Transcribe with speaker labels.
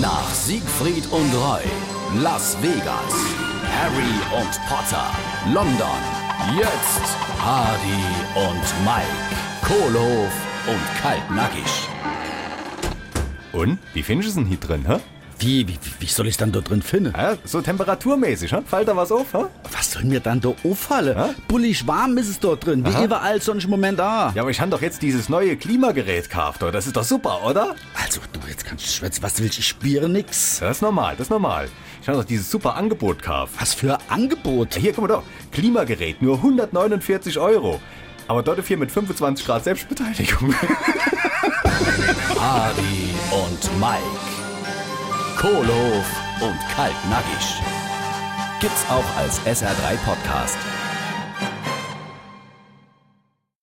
Speaker 1: Nach Siegfried und Roy, Las Vegas, Harry und Potter, London, jetzt Hardy und Mike, Kohlhof und Kaltnackig.
Speaker 2: Und? Wie findest du es denn hier drin, hä?
Speaker 3: Wie, wie, wie soll ich dann da drin finden?
Speaker 2: Ja, so temperaturmäßig, hä? Fällt da was auf, hä?
Speaker 3: Was soll mir dann da auffallen?
Speaker 2: Hä?
Speaker 3: Bullig warm ist es dort drin, wie überall sonst im Moment auch.
Speaker 2: Ja, aber ich habe doch jetzt dieses neue Klimagerät gekauft, oder? Das ist doch super, oder?
Speaker 3: Also, du, jetzt kannst du schwätzen, was willst du? Ich spüre nix.
Speaker 2: Das ist normal, das ist normal. Ich habe doch dieses super Angebot gekauft.
Speaker 3: Was für ein Angebot.
Speaker 2: Hier, guck mal doch. Klimagerät, nur 149 Euro. Aber dafür mit 25 Grad Selbstbeteiligung.
Speaker 1: Hardy und Mike, Kohlhof und Kaltnackig. Gibt's auch als SR3 Podcast.